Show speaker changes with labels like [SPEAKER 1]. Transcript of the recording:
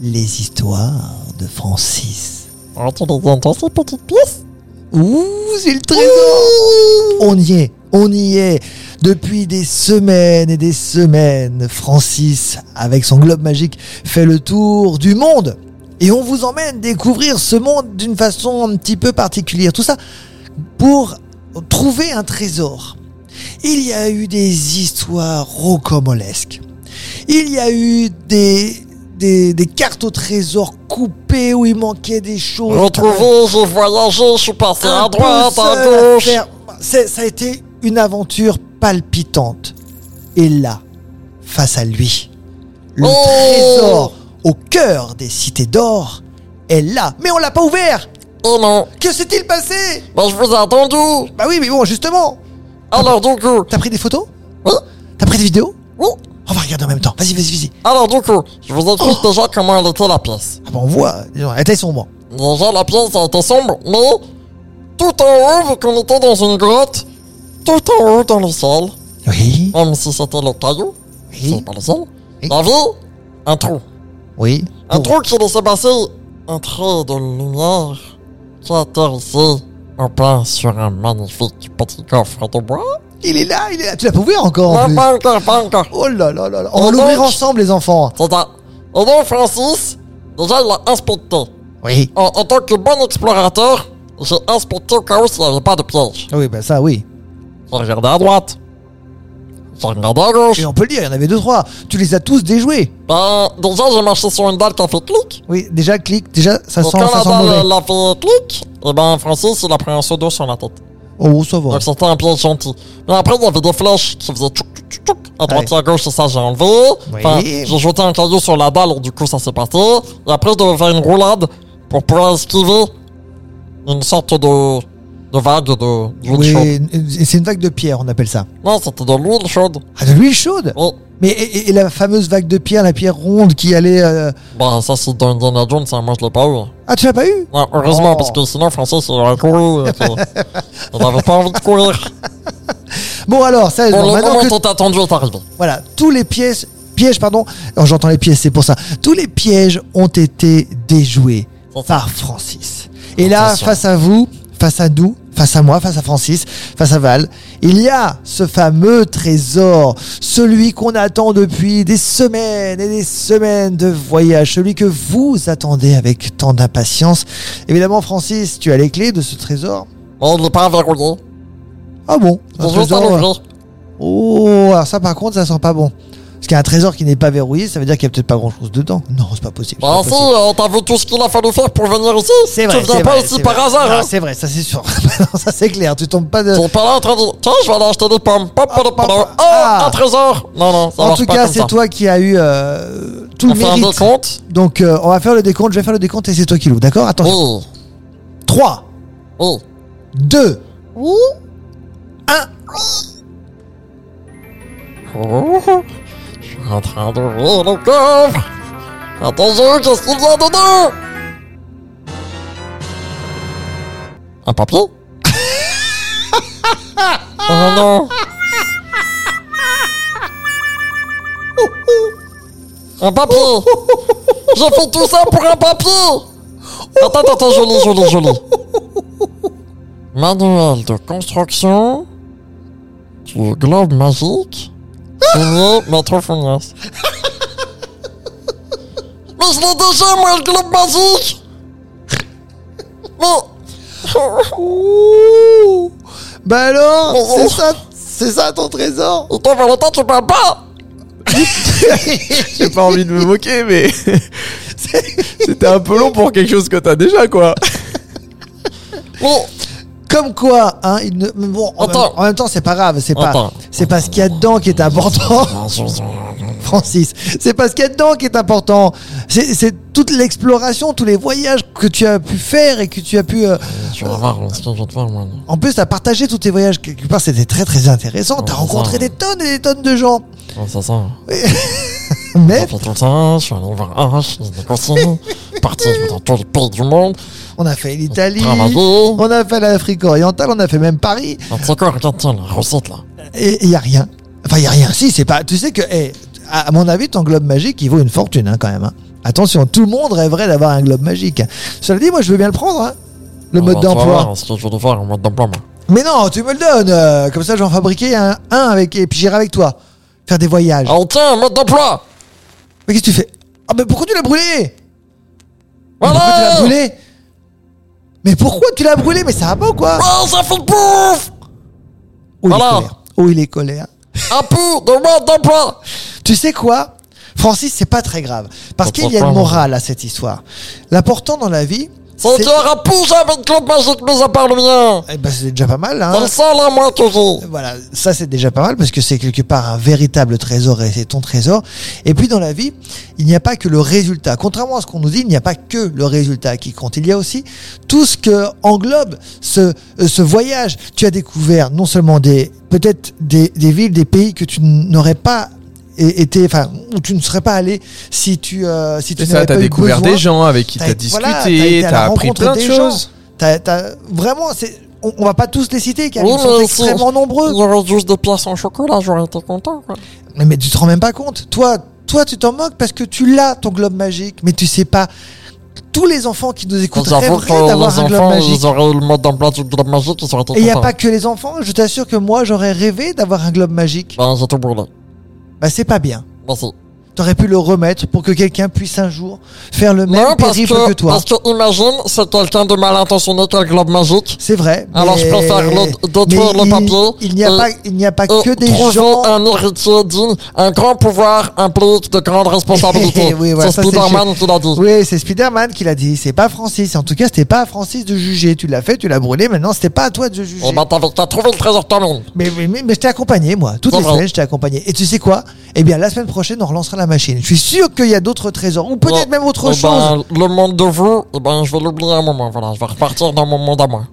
[SPEAKER 1] les histoires de Francis.
[SPEAKER 2] Ah, tu les entends ces petites pièces
[SPEAKER 1] Ouh, c'est le trésor On y est, on y est. Depuis des semaines et des semaines, Francis, avec son globe magique, fait le tour du monde. Et on vous emmène découvrir ce monde d'une façon un petit peu particulière. Tout ça pour trouver un trésor. Il y a eu des histoires rocambolesques. Il y a eu des, des, des cartes au trésor coupées où il manquait des choses.
[SPEAKER 2] Retrouvé, j'ai voyagé, je suis passé
[SPEAKER 1] Un
[SPEAKER 2] à
[SPEAKER 1] peu
[SPEAKER 2] droite, à
[SPEAKER 1] seul à
[SPEAKER 2] gauche.
[SPEAKER 1] faire. C'est- Ça a été une aventure palpitante. Et là, face à lui, le
[SPEAKER 2] Oh
[SPEAKER 1] trésor au cœur des cités d'or est là. Mais on l'a pas ouvert
[SPEAKER 2] Et non,
[SPEAKER 1] Que s'est-il passé
[SPEAKER 2] ben je vous ai entendu.
[SPEAKER 1] Bah oui, mais bon, justement
[SPEAKER 2] Alors du coup,
[SPEAKER 1] T'as pris des photos
[SPEAKER 2] oui,
[SPEAKER 1] T'as pris des vidéos
[SPEAKER 2] oui.
[SPEAKER 1] On va regarder en même temps. Vas-y, vas-y, vas-y.
[SPEAKER 2] Alors du coup, je vous explique
[SPEAKER 1] Oh.
[SPEAKER 2] déjà comment elle était la pièce.
[SPEAKER 1] Ah bah on voit, dis donc, elle était sombre.
[SPEAKER 2] Déjà la pièce elle était sombre, mais tout en haut, vu qu'on était dans une grotte, tout en haut dans le ciel,
[SPEAKER 1] Oui,
[SPEAKER 2] même si c'était le caillou,
[SPEAKER 1] Oui.
[SPEAKER 2] c'est pas le ciel,
[SPEAKER 1] Oui.
[SPEAKER 2] il y avait un trou.
[SPEAKER 1] oui.
[SPEAKER 2] Un
[SPEAKER 1] Oh.
[SPEAKER 2] trou qui laissait passer un trait de lumière qui atterrissait en plein sur un magnifique petit coffre de bois.
[SPEAKER 1] Il est là, il est là. Tu l'as pas ouvert encore en
[SPEAKER 2] Non,
[SPEAKER 1] plus.
[SPEAKER 2] pas encore, pas encore.
[SPEAKER 1] Oh là là là là. On va
[SPEAKER 2] Et
[SPEAKER 1] l'ouvrir
[SPEAKER 2] donc-
[SPEAKER 1] ensemble, les enfants.
[SPEAKER 2] C'est ça. Et donc, Francis, déjà, il l'a inspecté.
[SPEAKER 1] Oui.
[SPEAKER 2] En, en tant que bon explorateur, j'ai inspecté au cas où s'il n'y avait pas de piège.
[SPEAKER 1] Ah Oui, bah ça, oui.
[SPEAKER 2] J'ai regardé à droite. J'ai regardé à gauche.
[SPEAKER 1] Et on peut le dire, il y en avait deux, trois. Tu les as tous déjoués.
[SPEAKER 2] Ben, déjà, j'ai marché sur une dalle qui a fait clic.
[SPEAKER 1] Oui, déjà, clique, déjà, ça
[SPEAKER 2] Et
[SPEAKER 1] sent,
[SPEAKER 2] quand
[SPEAKER 1] ça
[SPEAKER 2] la
[SPEAKER 1] sent mauvais.
[SPEAKER 2] dalle elle a fait clic, et ben, Francis, il a pris un seau d'eau sur la tête.
[SPEAKER 1] Oh, ça va.
[SPEAKER 2] Donc c'était un piège gentil. Mais après, il y avait des flèches qui faisaient tchouk, tchouk, tchouk, tchouk, à droite
[SPEAKER 1] Ouais.
[SPEAKER 2] et à gauche, et ça, j'ai enlevé. Enfin, j'ai jeté un caillou sur la dalle, et du coup, ça s'est passé. Et après, je devais faire une roulade pour pouvoir esquiver une sorte de, de vague de d'huile
[SPEAKER 1] Oui,
[SPEAKER 2] chaude.
[SPEAKER 1] et c'est une vague de pierre, on appelle ça.
[SPEAKER 2] Non, c'était de l'huile chaude.
[SPEAKER 1] Ah, de l'huile chaude
[SPEAKER 2] Oui.
[SPEAKER 1] Mais et, et- et la fameuse vague de pierre, la pierre ronde qui allait... euh,
[SPEAKER 2] Bah, ça, c'est dans Indiana Jones, hein, moi, je l'ai pas eu.
[SPEAKER 1] Ah, tu l'as pas eu
[SPEAKER 2] Ouais, heureusement,
[SPEAKER 1] Oh.
[SPEAKER 2] parce que sinon, Francis, il aurait couru. euh, et puis, il n'avait pas envie de courir.
[SPEAKER 1] Bon, alors,
[SPEAKER 2] Pour
[SPEAKER 1] sérieusement,
[SPEAKER 2] le
[SPEAKER 1] maintenant
[SPEAKER 2] moment
[SPEAKER 1] que...
[SPEAKER 2] tant attendu est arrivé.
[SPEAKER 1] Voilà, tous les pièges... Pièges, pardon. Oh, J'entends les pièges, c'est pour ça. Tous les pièges ont été déjoués
[SPEAKER 2] C'est ça.
[SPEAKER 1] par Francis. Et là,
[SPEAKER 2] Attention.
[SPEAKER 1] face à vous, face à nous, face à moi, face à Francis, face à Val, il y a ce fameux trésor, celui qu'on attend depuis des semaines et des semaines de voyage, celui que vous attendez avec tant d'impatience. Évidemment, Francis, tu as les clés de ce trésor.
[SPEAKER 2] Mais Oh, il n'est pas verrouillé.
[SPEAKER 1] Ah bon un
[SPEAKER 2] C'est juste à
[SPEAKER 1] trésor, euh,
[SPEAKER 2] l'ouvrir.
[SPEAKER 1] Oh, alors ça par contre, ça sent pas bon. Parce qu'un trésor qui n'est pas verrouillé, ça veut dire qu'il y a peut-être pas grand chose dedans. Non, c'est pas possible. c'est
[SPEAKER 2] Bah
[SPEAKER 1] pas
[SPEAKER 2] si,
[SPEAKER 1] possible.
[SPEAKER 2] euh, t'as vu tout ce qu'il a fallu faire pour venir ici
[SPEAKER 1] C'est vrai.
[SPEAKER 2] Tu viens
[SPEAKER 1] c'est
[SPEAKER 2] pas
[SPEAKER 1] vrai,
[SPEAKER 2] ici
[SPEAKER 1] c'est
[SPEAKER 2] par
[SPEAKER 1] vrai.
[SPEAKER 2] hasard,
[SPEAKER 1] Non,
[SPEAKER 2] hein
[SPEAKER 1] C'est vrai, ça c'est sûr. non, ça c'est clair, tu tombes pas de.
[SPEAKER 2] T'es pas là en train de dire, tiens, je vais aller acheter des pommes. Pop, pop, pop,
[SPEAKER 1] hop,
[SPEAKER 2] pop.
[SPEAKER 1] hop.
[SPEAKER 2] Oh,
[SPEAKER 1] Ah.
[SPEAKER 2] un trésor Non, non, ça
[SPEAKER 1] En
[SPEAKER 2] marche
[SPEAKER 1] tout
[SPEAKER 2] pas
[SPEAKER 1] cas,
[SPEAKER 2] comme ça.
[SPEAKER 1] c'est toi qui as eu euh, tout
[SPEAKER 2] On
[SPEAKER 1] le
[SPEAKER 2] fait un
[SPEAKER 1] mérite.
[SPEAKER 2] décompte
[SPEAKER 1] Donc euh, on va faire le décompte, je vais faire le décompte et c'est toi qui l'ouvre, d'accord
[SPEAKER 3] Oh.
[SPEAKER 1] Attends.
[SPEAKER 2] Oui,
[SPEAKER 1] 3,
[SPEAKER 2] oui.
[SPEAKER 1] 2,
[SPEAKER 2] Oui
[SPEAKER 1] 1.
[SPEAKER 2] Oh, Je suis en train d'ouvrir le coffre Attention, qu'est-ce qu'il y a dedans Un papier Oh non Un papier J'ai fait tout ça pour un papier Attends, attends, attends, joli, joli, joli Manuel de construction du globe magique signé Maître Fournias. Mais je l'ai déjà, moi, le globe magique Mais...
[SPEAKER 1] Bah alors,
[SPEAKER 2] Oh,
[SPEAKER 1] c'est
[SPEAKER 2] oh.
[SPEAKER 1] ça, c'est ça ton trésor
[SPEAKER 2] Et toi, Valentin, tu parles pas
[SPEAKER 3] J'ai pas envie de me moquer, mais c'était un peu long pour quelque chose que t'as déjà, quoi.
[SPEAKER 2] Mais...
[SPEAKER 1] Comme quoi, hein, il ne... mais bon, en, même,
[SPEAKER 2] Attends.
[SPEAKER 1] en même temps, c'est pas grave, c'est pas,
[SPEAKER 2] Attends.
[SPEAKER 1] c'est pas ce qu'il y a dedans qui est important,
[SPEAKER 2] Ah,
[SPEAKER 1] Francis. C'est pas ce qu'il y a dedans qui est important. C'est c'est toute l'exploration, tous les voyages que tu as pu faire et que tu as pu. euh,
[SPEAKER 2] Tu vas voir ce que je vais te faire, moi.
[SPEAKER 1] En plus, t'as partagé tous tes voyages quelque part, c'était très très intéressant. T'as
[SPEAKER 2] Ouais,
[SPEAKER 1] rencontré
[SPEAKER 2] ça.
[SPEAKER 1] des tonnes et des tonnes de gens.
[SPEAKER 2] Ouais, C'est ça.
[SPEAKER 1] Mais
[SPEAKER 2] J'ai fait tout ça, je suis allé voir un, je suis négocié, parti dans tous les pays du monde,
[SPEAKER 1] on a fait l'Italie,
[SPEAKER 2] travaillé...
[SPEAKER 1] on a fait l'Afrique orientale, on a fait même Paris.
[SPEAKER 2] Ah, Tu sais quoi, regarde-tiens, la recette, là.
[SPEAKER 1] Et il y a rien. Enfin, il y a rien. Si, c'est pas. Tu sais que, eh, à à mon avis, ton globe magique, il vaut une fortune hein, quand même. hein. Attention, tout le monde rêverait d'avoir un globe magique. Cela dit, moi je veux bien le prendre, hein, le
[SPEAKER 2] Oh,
[SPEAKER 1] mode d'emploi.
[SPEAKER 2] Ce que je vais faire, le mode d'emploi, moi.
[SPEAKER 1] Mais non, tu me le donnes. euh, comme ça, j'en fabriquer un, un avec, et puis j'irai avec toi. Faire des voyages.
[SPEAKER 2] Ah, tiens, mode d'emploi
[SPEAKER 1] Mais qu'est-ce que tu fais Ah, mais pourquoi tu l'as brûlé Mais Pourquoi tu l'as
[SPEAKER 2] Voilà
[SPEAKER 1] brûlé Mais pourquoi tu l'as brûlé Mais ça va pas ou quoi
[SPEAKER 2] Ah, ça fait le pouf
[SPEAKER 1] Oh, il est
[SPEAKER 2] voilà.
[SPEAKER 1] colère. Oh, il est colère.
[SPEAKER 2] Un peu de mode d'emploi
[SPEAKER 1] Tu sais quoi Francis, c'est pas très grave. Parce
[SPEAKER 2] Pourquoi
[SPEAKER 1] qu'il y a
[SPEAKER 2] pas,
[SPEAKER 1] une
[SPEAKER 2] moi
[SPEAKER 1] morale à cette histoire. L'important dans la vie,
[SPEAKER 2] C'est
[SPEAKER 1] c'est...
[SPEAKER 2] qu'il y aura plus jamais de club magique mis à part le mien
[SPEAKER 1] Eh ben, c'est déjà pas mal, hein.
[SPEAKER 2] C'est le seul à moi que j'ai
[SPEAKER 1] Voilà, ça c'est déjà pas mal parce que c'est quelque part un véritable trésor et c'est ton trésor. Et puis dans la vie, il n'y a pas que le résultat. Contrairement à ce qu'on nous dit, il n'y a pas que le résultat qui compte. Il y a aussi tout ce que englobe ce, euh, ce voyage. Tu as découvert non seulement des peut-être des, des villes, des pays que tu n'aurais pas é- été, enfin où tu ne serais pas allé si tu euh, si tu
[SPEAKER 3] C'est ça,
[SPEAKER 1] n'avais
[SPEAKER 3] t'as
[SPEAKER 1] pas eu
[SPEAKER 3] découvert
[SPEAKER 1] besoin.
[SPEAKER 3] des gens avec qui
[SPEAKER 1] T'as
[SPEAKER 3] t'as
[SPEAKER 1] été- voilà, t'as
[SPEAKER 3] discuté,
[SPEAKER 1] été à la
[SPEAKER 3] t'as appris
[SPEAKER 1] rencontre
[SPEAKER 3] plein de
[SPEAKER 1] des gens.
[SPEAKER 3] choses.
[SPEAKER 1] T'as- t'as- vraiment, c'est on, on va pas tous les citer car
[SPEAKER 2] Oui,
[SPEAKER 3] Oh,
[SPEAKER 1] ils sont
[SPEAKER 2] mais si on-
[SPEAKER 1] extrêmement nombreux.
[SPEAKER 2] Il y aurait juste des pièces en chocolat, j'aurais été content, quoi.
[SPEAKER 1] Mais, mais tu te rends même pas compte. Toi, toi, tu t'en moques parce que tu l'as ton globe magique, mais tu sais pas. Tous les enfants qui nous écoutent
[SPEAKER 2] J'avoue que
[SPEAKER 1] rêveraient d'avoir
[SPEAKER 2] les
[SPEAKER 1] un globe
[SPEAKER 2] enfants,
[SPEAKER 1] magique.
[SPEAKER 2] ils auraient eu le mode d'emploi du club magique, ils auraient été
[SPEAKER 1] Et il n'y a
[SPEAKER 2] contents.
[SPEAKER 1] pas que les enfants. Je t'assure que moi, j'aurais rêvé d'avoir un globe magique.
[SPEAKER 2] Ben, j'ai tout brûlé.
[SPEAKER 1] Bah, c'est pas bien.
[SPEAKER 2] Merci.
[SPEAKER 1] T'aurais pu le remettre pour que quelqu'un puisse un jour faire le même
[SPEAKER 2] Non, parce
[SPEAKER 1] périple
[SPEAKER 2] que,
[SPEAKER 1] que toi.
[SPEAKER 2] parce que, imagine, c'est quelqu'un de mal intentionné qui a le globe magique.
[SPEAKER 1] C'est vrai.
[SPEAKER 2] Alors, je préfère l'autre- détruire
[SPEAKER 1] mais
[SPEAKER 2] le
[SPEAKER 1] il-
[SPEAKER 2] papier
[SPEAKER 1] Il n'y a
[SPEAKER 2] et-
[SPEAKER 1] pas, il n'y a pas
[SPEAKER 2] Euh,
[SPEAKER 1] que des
[SPEAKER 2] trouver
[SPEAKER 1] gens.
[SPEAKER 2] un héritier digne, un grand pouvoir implique de grandes responsabilités.
[SPEAKER 1] Oui, voilà,
[SPEAKER 2] c'est
[SPEAKER 1] ça, c'est
[SPEAKER 2] Spider-Man qui l'a dit.
[SPEAKER 1] Oui, c'est Spider-Man qui l'a dit. C'est pas Francis. En tout cas, c'était pas à Francis de juger. Tu l'as fait, tu l'as brûlé. Maintenant, c'était pas à toi de juger.
[SPEAKER 2] Et ben, t'avais qu'à trouver le trésor toi-même.
[SPEAKER 1] Mais, mais, mais, mais je t'ai accompagné, moi. Toutes
[SPEAKER 2] C'est
[SPEAKER 1] les
[SPEAKER 2] vrai.
[SPEAKER 1] semaines, je t'ai accompagné. Et tu sais quoi Eh bien, la semaine prochaine, on relancera la machine. Je suis sûr qu'il y a d'autres trésors, ou peut-être
[SPEAKER 2] Ouais.
[SPEAKER 1] même autre
[SPEAKER 2] Eh
[SPEAKER 1] chose.
[SPEAKER 2] ben, le monde de vous, eh ben, je vais l'oublier un moment. Voilà, je vais repartir dans mon monde à moi.